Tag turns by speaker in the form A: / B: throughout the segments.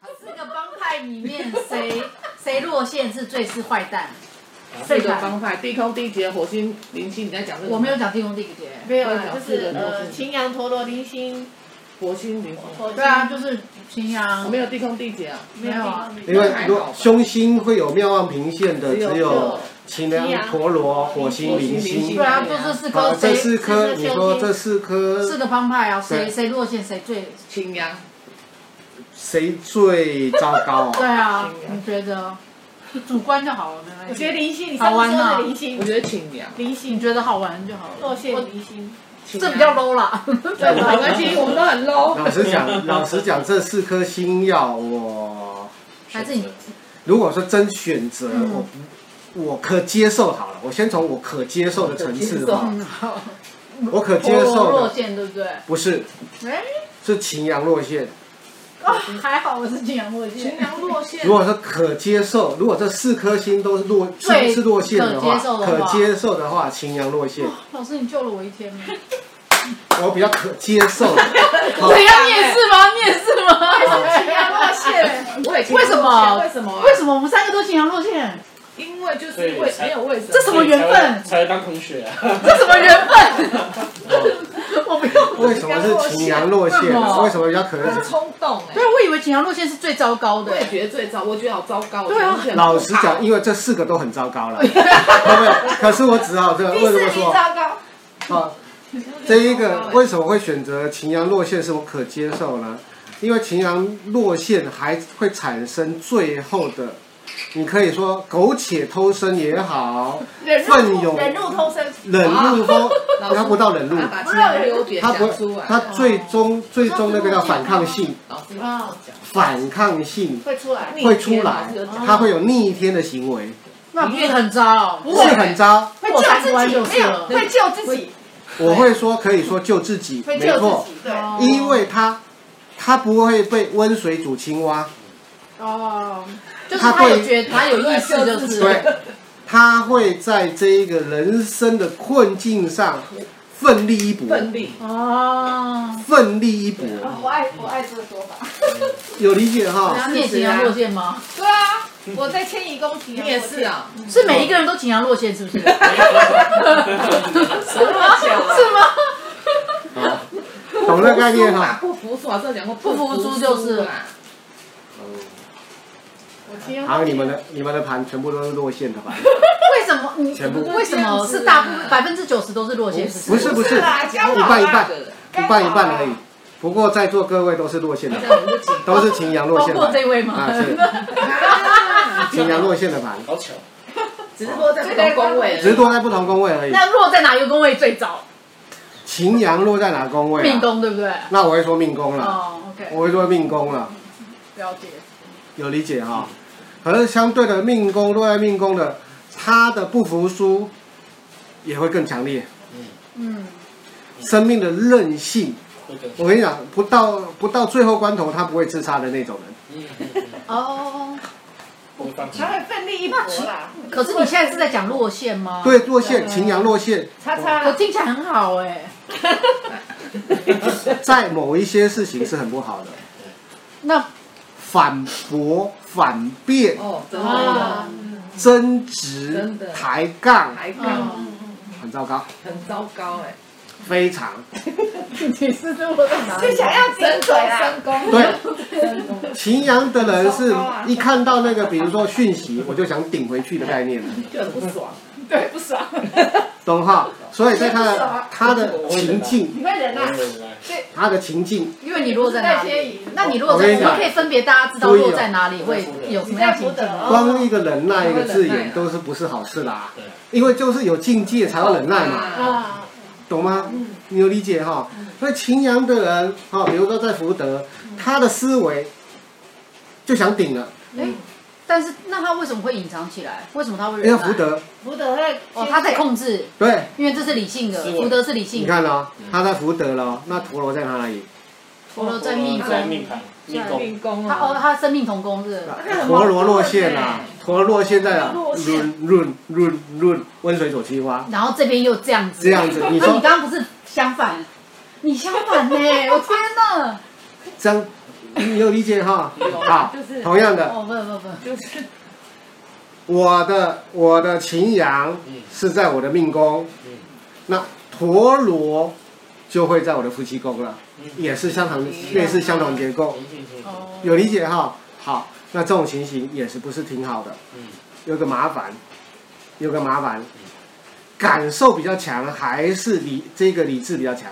A: 啊个帮派里面谁谁落线是最是坏蛋？
B: 四个帮派，地空、地劫、火星、灵星，你在讲这个？
A: 我没有，讲地宫地劫，
C: 没有
B: 会
C: 啦，
B: 讲
C: 就
B: 四个
C: 是
B: 都
C: 呃，
B: 是
C: 擎羊、陀罗、铃星、
B: 火星、灵星，
C: 火
A: 对啊，
C: 星
A: 就是秦阳
B: 我没有地空、地劫啊。
C: 没有地方
A: 没
C: 地
D: 因为如果凶星会有妙望平线的，
B: 只有
D: 只有擎
C: 擎
D: 羊、
C: 羊
D: 陀罗、火星、
B: 火星
D: 零
B: 零星
D: 星
A: 对。啊，就这四颗
D: 好，哦这
A: 谁
D: 四颗，
C: 这是
D: 你说
C: 凶星
D: 这四
A: 四
D: 颗
A: 个帮派啊，谁
D: 对
A: 谁落线谁最
B: 擎羊，
D: 谁最糟糕
A: 对
D: 啊？
A: 啊
B: 秦？阳
A: 你觉得？主观就好了，没
C: 我
A: 关
C: 觉得
A: 系。
C: 零星，你上次说的零
B: 我
C: 星，
B: 觉得擎羊，
C: 零
A: 你
C: 星
A: 觉得好玩就好了，
C: 落线零星，
B: 擎
A: 这
B: 羊
A: 比较 low 啦。啊
B: 对，没 关系，我们都很 low。
D: 老实讲，老实讲，这四颗星耀我
A: 还是你
D: 如果说真选择，
A: 嗯
D: 我不，我可接受好了。我先从我可接受的层次哈，
A: 嗯好，
D: 我可接
A: 陀螺
D: 受
A: 哦落
D: 的
A: 线对不对？
D: 不是
A: 哎，
D: 是秦阳落线。
A: 啊，还好我是金阳落
C: 擎
A: 线，
C: 羊落线
D: 如，果说可接受，如果这四颗星都是落是
A: 最
D: 是落线的话
A: 可接受，的
D: 可
A: 话
D: 接受的话，秦阳落线，
A: 老师你救了我一天呢。
D: 我比较可接受的。好
A: 对呀，你也是吗？你也是吗？
C: 擎羊落线，
B: 我也
A: 为什么
B: 为什么啊？
A: 为什么我们三个都秦阳落线？
B: 因为就是因为没有为什么。
A: 这什么缘分
E: 才会当同学啊！
A: 这什么缘分？我不用。
D: 为什么是秦阳落线啊
A: 为什么？
D: 为什么比较可能
B: 那
D: 是
B: 是冲动哎、
A: 对，啊我以为秦阳路线是最糟糕的
B: 我。也觉得最糟，我觉得好糟糕。
A: 对啊
B: 我觉得很
D: 老实
B: 可怕
D: 讲，，因为这四个都很糟糕了，对不对？可是我只好这为
C: 第
D: 什
C: 四
D: 么
C: 名
D: 说
C: 糟糕，
D: 啊？这一个为什么会选择秦阳落线是我可接受呢？因为秦阳落线还会产生最后的，你可以说苟且偷生也好，
C: 忍
D: 奋
C: 辱
D: 勇
C: 忍辱偷生，
D: 忍辱风，
B: 老师
D: 他不到忍辱，
B: 他把其他的优点
D: 他不
B: 讲出，来。
D: 他最终最终那个叫反抗性，
B: 老师
C: 啊
B: 讲
D: 反抗性
C: 会出来，
D: 会出
B: 逆
D: 来
B: 天老师有讲，
D: 他会有逆天的行为，
A: 那不是很糟？
B: 不
D: 是
B: 会
D: 很糟。
C: 会
A: 我三观
C: 救
A: 就
C: 自己，
A: 是
C: 没
A: 了
C: 有会救自己，
D: 我会说可以说救自己，
C: 会
D: 没
C: 救
D: 错
C: 自，己，对，
A: 哦
D: 因为他他不会被温水煮青蛙，
A: 哦，就是
D: 他
A: 他有
D: 会
A: 觉得他有意识，就是
D: 对，他会在这一个人生的困境上奋力一搏，
B: 奋力，
A: 哦。
D: 奋力一搏，
C: 啊我爱我爱这个说法，
D: 有理解哈？
A: 你也秦阳落线吗？
C: 对啊，我在迁移宫，你
B: 你也是，啊，
A: 是每一个人都秦阳落线，是不是？
B: 什么讲啊？
A: 是吗？
D: 好懂这个概念哈？
B: 不服输啊，这讲过
A: 不服输就是
B: 啦。
C: 我今天
D: 好，你们的你们的盘全部都是落线的吧？
A: 为什么？你
D: 全部
A: 为什么是大部分百分之九十都是落线？
D: 不是不是，
C: 啦
D: 一
C: 交往
D: 半一
C: 啦
D: 半，
C: 刚
D: 一半一半
C: 好啊
D: 而已。不过在座各位都是落线的
B: 这，样我们就紧
D: 都是秦阳落
A: 包
D: 线
A: 括
D: 的，
A: 这位吗？
D: 啊 是
B: 啊，
D: 秦阳落线的盘，
E: 好巧，
B: 只是落在不同工位而已，
D: 只是落在不同宫位而已。
A: 那落在哪一个宫位最早？
D: 秦阳落在哪宫位、啊？啊
A: 命。宫对不对？
D: 那我会说命宫了，
A: 哦，OK，
D: 我会说命宫了，
A: 了解。
D: 有理解哈、可是相对的命宫落在命宫的，他的不服输也会更强烈，
A: 嗯，
D: 生命的韧性。
E: 会更
D: 我跟你讲，不到不到最后关头，他不会自杀的那种人。
E: 嗯，嗯嗯
A: 哦，
E: 不会放弃
C: 他。会奋力一搏啦，
A: 可是你现在是在讲落线吗？，
D: 哦对，啊落线秦阳落线，
C: 叉
A: 我
C: 叉，
A: 听起来很好哎、
D: 在某一些事情是很不好的，
A: 那
D: 反驳、反 辩、
B: 哦，真
A: 啊
B: 的，
D: 争执
B: 真的、
D: 抬杠，
B: 抬
A: 嗯
B: 杠
D: 很糟糕，
B: 很糟糕哎，
D: 非常
A: 你是落在哪
C: 就想要顶
B: 真
C: 嘴
A: 啊
B: 功
C: 啦，
B: 真功，
D: 对。
B: 真功，
D: 秦阳的人是
C: 糟糕啊
D: 一看到那个，比如说讯息，我就想顶回去的概念，
B: 就很不爽，
C: 对，不爽，
D: 懂哈？所以在他的他的情境，
C: 你会忍
E: 我
C: 啊，
E: 也忍耐
D: 他的情境，
A: 因为你落在哪
C: 你不是在迁
A: 里
C: 移？
A: 那你落
D: 我
A: 在，我
D: 跟你讲啊
A: 们可以分别大家知道落在哪里会有什么样的情境
C: 你在福德
A: 吗？
C: 哦
D: 光一个忍耐一个字眼都是不是好事啦
E: 对，
D: 因为就是有境界才要忍耐嘛，
C: 啊，
D: 懂吗？你有理解哈？
C: 嗯
D: 所以秦阳的人哈，比如说在福德，他的思维就想顶了，
A: 哎，但是那他为什么会隐藏起来？为什么他会
D: 因为
A: 忍
D: 福
A: 耐？
D: 德
C: 福德会，
A: 哦，他在，控制，
D: 对，
A: 因为这是理性的
E: 思，维
A: 福德是理性
D: 啊你
A: 的，
D: 看哦，
C: 嗯
D: 他在福德了，那陀螺在哪里？
A: 陀螺在命
E: 在
A: 宫，
E: 命盘，命宫，
B: 命宫
A: 他哦
B: 啊，
A: 他生命同宫是不是
D: 陀螺落线啊，陀螺落线在啊，
C: 落线
D: 润润润润温水煮青蛙
A: 然后这边又这样子，
D: 这样子，你
A: 那你
D: 说
A: 刚刚不是相反？你相反呢、我天哪！
D: 这样你有理解哈？
B: 有
D: 好
C: 就是，
D: 同样的，
A: 哦不不不，
C: 就是
D: 我的我的擎羊
E: 嗯
D: 是在我的命宫，
E: 嗯
D: 那陀螺就会在我的夫妻宫了，
E: 嗯，
D: 也是相同
B: 嗯
D: 类似相同结构，
E: 平平平平，
C: 哦，
D: 有理解哈？好，那这种情形也是不是挺好的？
E: 嗯，
D: 有个麻烦，有个麻烦，感受比较强还是理这个理智比较强？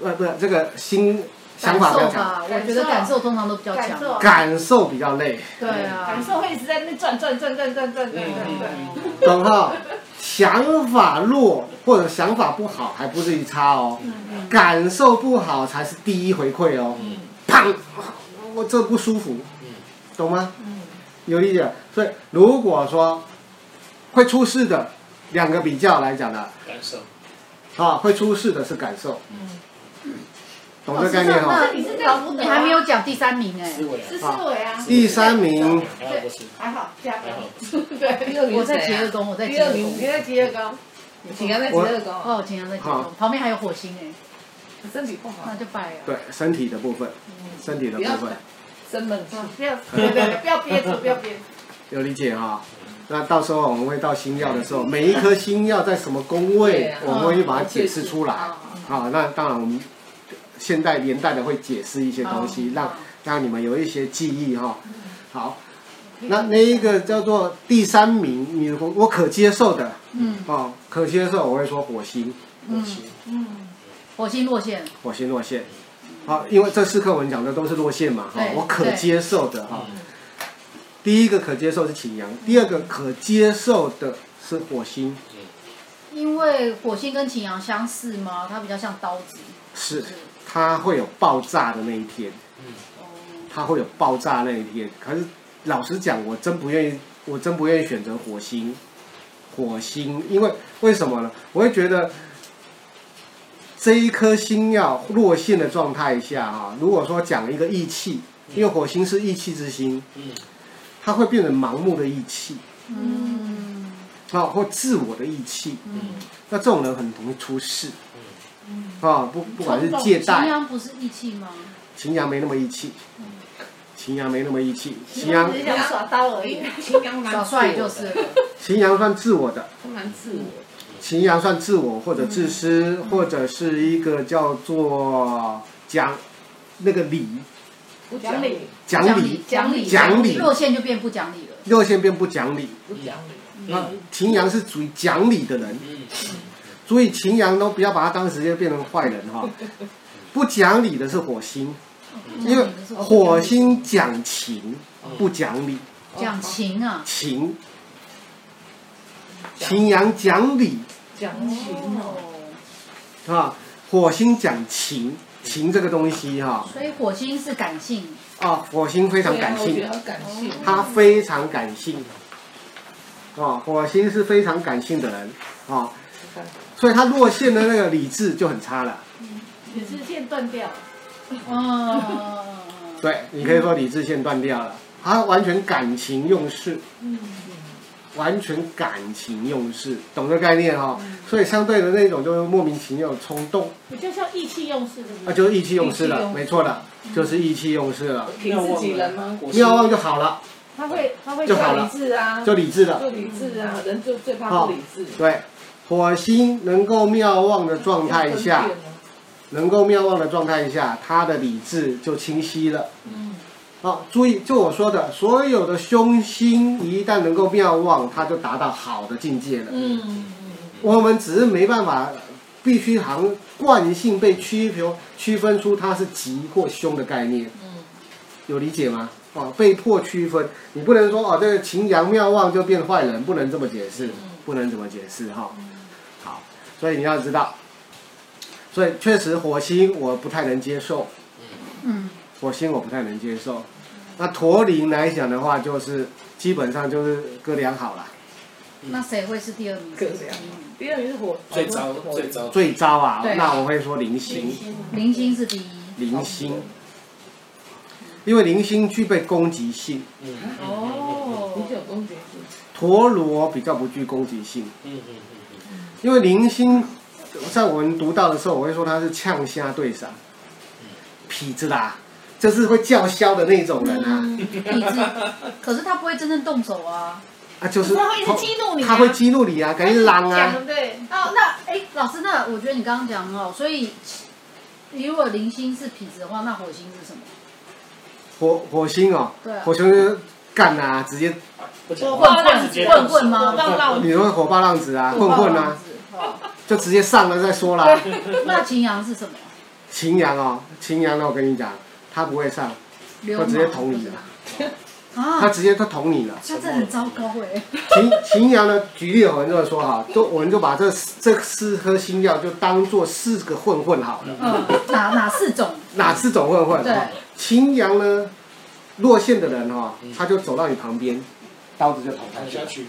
D: 呃，不，这个心想
A: 感
D: 法比较
A: 受
D: 强，
A: 吧，我觉得感受通常都比较
C: 感
A: 强。
C: 受
D: 感受比较累，
C: 그
A: 对
E: 네.
A: 啊
C: 感，受会一直在那边转转转转转转转转转，
D: 懂哈？想法弱或者想法不好还不至于差哦，感受不好才是第一回馈哦。
E: 嗯
D: 砰，我这不舒服，
E: 嗯
D: 懂吗？
C: 嗯，
D: 有理解。所以如果说会出事的两个比较来讲呢，
E: 感受，
D: 啊，会出事的是感受，
E: 嗯
D: 懂这概念哦哈？
C: 那你是这样不懂啊
A: 你还没有讲第三名哎
E: 思，维啊，
C: 是思维啊，
D: 第三名，
E: 还好不是，
C: 还好，加
E: 还好
C: 分，，对，
B: 第二名
A: 我
B: 是
A: 在
B: 谁
A: 极
B: 啊
A: 恶？宫，我在极
C: 第
A: 恶
C: 二名，
A: 宫
C: 你，在吉尔高，
B: 请安在极乐宫啊，
A: 哦，我经常在极恶宫，旁边还有火星哎，
B: 身体不好
A: 那，就拜了。
D: 对身体的部分，身体的
B: 不要
D: 部分
B: 生冷气。
C: 嗯不要，对对对，不要憋住，不要憋住，
D: 有理解哈。那到时候我们会到星耀的时候，每一颗星耀在什么宫
B: 对
D: 位
B: 啊，
D: 我们会把它解释出来。
B: 啊
A: 嗯
D: 好，那当然我们现代连带的会解释一些东
A: 嗯
D: 西，让让你们有一些记忆哈。好，那那一个叫做第三名，你我我可接受的
A: 嗯，
D: 哦，可接受，我会说火星，
E: 我行，
C: 嗯，
A: 火星落线，
D: 火星落线。好，因为这四课文讲的都是落线嘛，哈
A: 对，
D: 我可
A: 对
D: 接受的哈。
E: 嗯
D: 第一个可接受是擎羊，第二个可接受的是火星，
A: 因为火星跟擎羊相似嘛，它比较像刀子。
D: 是它会有爆炸的那一天，
E: 嗯
A: 哦，
D: 它会有爆炸那一天。可是老实讲，我真不愿意，我真不愿意选择火星，火星，因为为什么呢？我会觉得这一颗星要落线的状态下啊，如果说讲一个义气，因为火星是义气之星，
E: 嗯
D: 它会变成盲目的义气
A: 嗯
D: 啊，或自我的义气。
A: 嗯，
D: 那这种人很容易出事
E: 嗯
D: 啊，不不管是
C: 冲动
D: 借
A: 哦擎
D: 贷，
A: 羊不是义气吗？
D: 秦阳没那么义气，秦阳没那么义气，秦
C: 我
D: 阳
C: 只是想耍刀而已，
B: 秦阳蛮
A: 耍帅就是了，
D: 秦阳算自我的，
B: 他蛮自我，
D: 秦阳算自我或者自私，或者是一个叫做讲那个理
B: 不
C: 讲理，
D: 讲理，
A: 讲理
D: 讲理
A: 落线就变不讲理了。
D: 右线变不讲理。
B: 不讲理，
D: 那
E: 嗯
D: 秦阳是属于讲理的人，
E: 嗯
D: 所以秦阳都不要把他当时就变成坏人 哈。不讲理的是火星，因为火星讲情不讲理，
A: 讲情啊，
D: 情秦阳讲理
B: 讲情哦，
A: 哦，
D: 啊，火星讲情，情这个东西哈
A: 所以火星是感性，
D: 啊，火星非
B: 非
D: 常感性。
B: 啊我觉得感性，
D: 他非常感性，哦，火星是非常感性的人，哦，所以他落线的那个理智就很差了。
C: 理智线断掉，
A: 哦，
D: 对，你可以说理智线断掉了，他完全感情用事，
C: 嗯，
D: 完全感情用事，懂这概念哈、哦？
B: 嗯
D: 所以相对的那种就是莫名其妙的冲动，
C: 比较像意气用事，对不
D: 那
C: 对？
D: 就是意气用
B: 嗯意
D: 事
B: 气
D: 了，
B: 用事嗯
D: 没错的，就是意气用事了。
B: 凭自己人吗？
D: 妙望就好了，
C: 他会他会
D: 就好
B: 理
D: 了
B: 智啊，
D: 就理智了。
B: 就理智啊，人就最怕不理智。
D: 对，火星能够妙望的状态下，能够妙望的状态下，他的理智就清晰了。
C: 嗯，
D: 好、注意，就我说的，所有的凶星一旦能够妙望，它就达到好的境界了。
C: 嗯，
D: 我们只是没办法，必须行惯性被区分区分出它是吉或凶的概念。
C: 嗯，
D: 有理解吗？哦，被迫区分，你不能说哦，这个秦阳妙望就变坏人，不能这么解释，不能怎么解释哈、好，所以你要知道，所以确实火星我不太能接受，
A: 嗯，
D: 火星我不太能接受。那驼铃来讲的话，就是基本上就是哥俩好了。
A: 那谁会是第二名？
B: 各这样第二名是火，
E: 最糟最糟
D: 最糟啊
A: 对，
D: 那我会说零星，
A: 零星是第一，
D: 零星，因为零星具备攻击性，
E: 嗯
B: 你
A: 哦，
B: 有攻击性，
D: 陀螺比较不具攻击性。
E: 嗯嗯嗯
D: 因为零星，在我们读到的时候，我会说它是呛虾对杀，痞子啦，就是会叫嚣的那种人啊，
A: 嗯，理智，可是他不会真正动手啊。
D: 啊，就是
C: 他会一直激怒你啊
D: 他会激怒你啊，赶紧狼啊，
C: 讲对，
A: 哦，那哎，老师，那我觉得你刚刚讲得很好，所以如果零星是痞子的话，那火星是什么？
D: 火火星哦，
A: 对啊
D: 火星就是干啊，直接
E: 不讲
C: 我
E: 话
A: 混
C: 浪
A: 混
E: 直接
A: 混混吗？
C: 我浪浪
D: 你说火爆浪子啊，混混啊，
A: 哦。
D: 就直接上了再说啦。
A: 那秦阳是什么？
D: 秦阳哦，秦阳呢，我跟你讲，他不会上，
A: 流
D: 他
A: 氓
D: 直接捅你了，啊他
A: 啊！
D: 直接他捅你了。
A: 他这很糟糕哎。
D: 秦 秦阳呢，举例我们就说哈，就我们就把这这四颗星耀就当做四个混混好了，
A: 嗯，哪哪四种？
D: 哪四种混混？
A: 对
D: 哦秦阳呢，落线的人哈、
E: 嗯
D: 他就走到你旁边，刀子就捅
E: 躺
D: 下
E: 下
D: 去，
E: 去，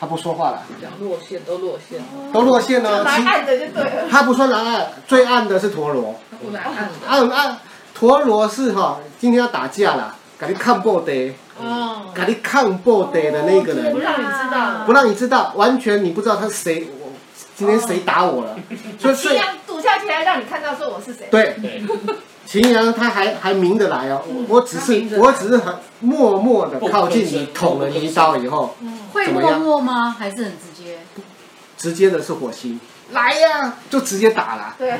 D: 他不说话了，
B: 讲落线都落线，
D: 都落线
C: 就
D: 了。
C: 拿
D: 秦
C: 按的就对了。
D: 他不算蓝暗，最暗的是陀螺，
B: 不难按的。
D: 暗暗陀螺是哈、今天要打架啦，给你看爆的，
C: 哦，
D: 给你看爆的的那个人
C: 不。让你知道
D: 不。让你知道，完全你不知道他是谁，我今天谁打我 了，所
C: 这
D: 以最
C: 样赌下去还让你看到说我是谁。
D: 对
E: 对，
D: 秦阳他还还明着来哦，我我只
B: 嗯他
D: 是
B: 明着来
D: 我只是很默默的靠近你，捅了你一刀以后，
C: 음.
A: 会
D: 怎么
A: 默
D: 样
A: 默吗？还是很直接？
D: 直接的是火星，来呀、就直接打了，
C: 对，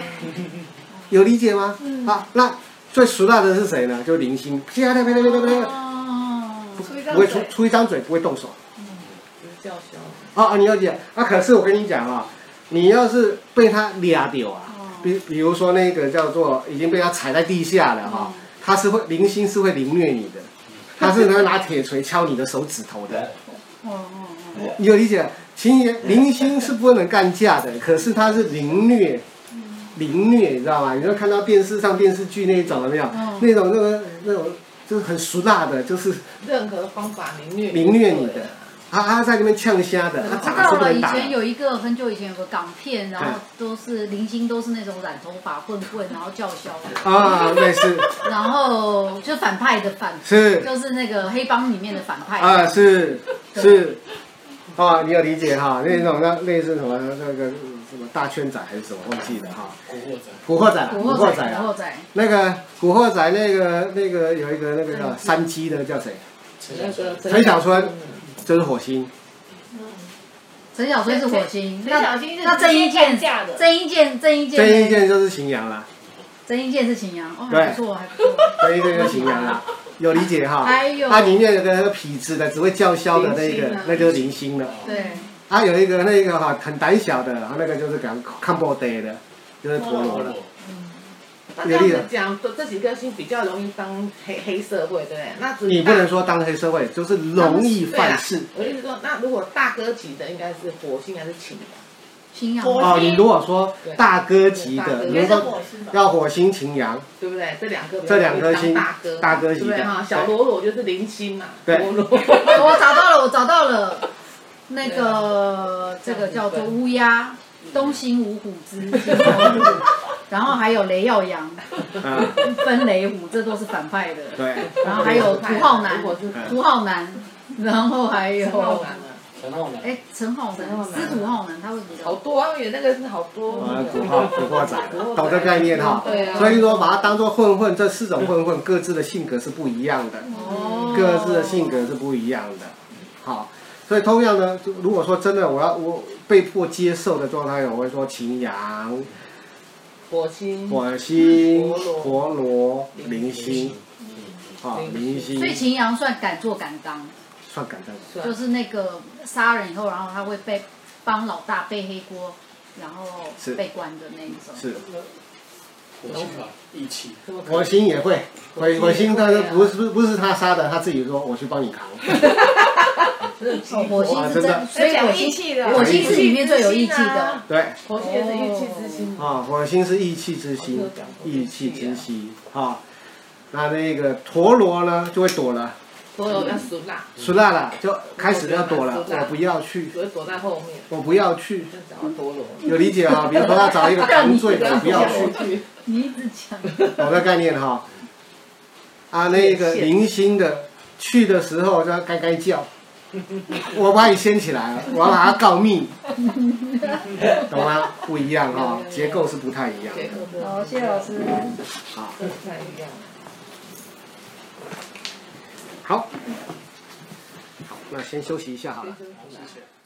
D: 有理解吗？
B: 嗯
D: 啊，那最熟辣的是谁呢？就是零星，啪啪啪啪啪啪啪
A: 哦，
C: 出一
D: 啪，
C: 张
D: 不会出
C: 嘴，
D: 出一张嘴，不会动手。
B: 就是叫嚣。
D: 哦，啊你了解啊？可是我跟你讲啊、你要是被他俩丢啊，
A: 哦
D: 比比如说那个叫做已经被他踩在地下了
A: 嗯
D: 哈、他是会零星是会凌 虐你的，他是能拿铁锤敲你的手指头的，
A: 哦哦哦，
D: 你有理解？秦 爷零星是不能干架的，可是他是凌虐。
A: 嗯
D: 凌虐，你知道吗？你就看到电视上电视剧那一种有没有？
A: 嗯
D: 那种那个那种就是很俗辣的，就是
B: 任何方法凌虐
D: 凌虐你的，啊啊在那边呛虾的，他
A: 我知
D: 打
A: 道
D: 啊是不
A: 了。
D: 能
A: 以
D: 打的。
A: 前有一个很久以前有个港片，然后都是零星都是那种染头发混混，然后叫嚣，
D: 啊，类似
A: 然后就反派的反，
D: 是
A: 就是那个黑帮里面的反派。
D: 啊是是啊，你有理解哈？那种那类似什么那个什么大圈仔还是什么忘记了哈？
E: 古惑仔，
D: 古惑仔，
A: 古惑
D: 惑
A: 仔，古
D: 啊，
A: 惑仔，
D: 那个古惑仔那个那个有一个那个
A: 嗯
D: 叫山鸡的叫谁？
E: 陈
B: 那
E: 小
B: 个
E: 春，
D: 陈小春就是火星，
A: 陈小春是火星，
C: 陈
A: 那
C: 小青是
A: 那郑伊健
C: 直接干架的
A: 郑伊健，郑伊
D: 这一
A: 健，
D: 件就是秦阳啦，
A: 郑伊健是秦阳，哦，
D: 对
A: 还不错，还不错。
D: 这一件就是秦阳啦。有理解哈？
A: 还有
D: 它里面有个那个痞子的，只会叫嚣的那
B: 零
D: 个
B: 星啊，
D: 那就是零星了。
A: 对，
D: 啊，有一个那个哈很胆小的，那个就是敢看破呆的，就是陀螺了。
B: 那这样子讲，这几颗星比较容易当黑黑社会，对不对？那只
D: 你不能说当黑社会，就是容易
B: 啊
D: 犯事。
B: 我的意思说，那如果大哥级的应该是火星还是擎羊？
A: 秦阳，
C: 火
D: 哦，
C: 星
D: 你如果说大哥级的，
B: 对
C: 因
D: 能
C: 为是
D: 够
C: 火星吧。
D: 要火星擎羊，
B: 对不对？这两个比较
D: 这两颗
B: 容易
D: 星
B: 当大哥，
D: 大哥
B: 对
D: 级
B: 不对
D: 的
B: 哈？，小
D: 对
B: 罗罗就是零星嘛，
D: 对
B: 罗罗。
A: 我找到了，我找到了，那个这个叫做乌鸦，东行五虎 之，然后还有雷耀阳、
D: 啊，
A: 分雷虎，这都是反派的。
D: 对，
A: 然 后还有涂浩南
B: 如果就是
D: 嗯
A: 涂浩南，然后还
B: 陈浩
A: 有
B: 南啊
E: 陈浩南，
A: 哎陈浩
B: 陈浩
A: 南，
B: 南
A: 司徒浩南，他为什么
B: 好
A: 叫？
B: 多啊，有那个是好多。
D: 啊，古惑古惑仔，懂这概念哈。
B: 对啊
D: 所以说，把它当做混混，这四种混混各自的性格是不一样的。
A: 哦
D: 各自的性格是不一样的。好，所以同样呢，就如果说真的我要我被迫接受的状态，我会说秦阳、
B: 火星，
D: 火星、
B: 陀
D: 陀螺、零
B: 零
D: 星啊，零
B: 零星
A: 所以
D: 星
A: 秦阳算敢做敢当，
D: 算感动。
B: 对啊
A: 就是那个杀人以后，然后他会被帮老大背黑锅，然后
D: 是
A: 被关的那一种。
D: 是
E: 火星吧，义气，
B: 这么可
D: 火星也会，火火星但是
B: 也会啊
D: 不是不是他杀的，他自己说我去帮你扛。
A: 哦，火星是
D: 哇真的
A: 真，所以
C: 在
A: 火
C: 讲
A: 星
C: 义气啊的，
A: 火星是里面最有义气的，
D: 对
B: 火星也是运气之
A: 哦
B: 星嘛。
D: 啊，火星是意气之星
B: 哦这个讲，过
D: 意气之星啊。那那个陀螺呢，就会躲了，
B: 所有要熟辣，
D: 出来了就开始要躲了，
B: 嗯
D: 我不要去，
B: 所以躲在后面，
D: 我不要去。
B: 就找陀螺。
D: 有理解啊，比如说他找一个扛罪的，不要去，
B: 去。
A: 你一直讲，
D: 懂这概念哈。啊，那个零星的去的时候就要该该叫，我把你掀起来了，我要把它告密，懂吗？不一样哈、结构是不太一样啊
A: 哦好，谢
B: 结构真的
D: 的。
A: 谢老师。
D: 好，
B: 真的不太一样。
F: 好，好，那先休息一下好了。
D: 好，谢谢。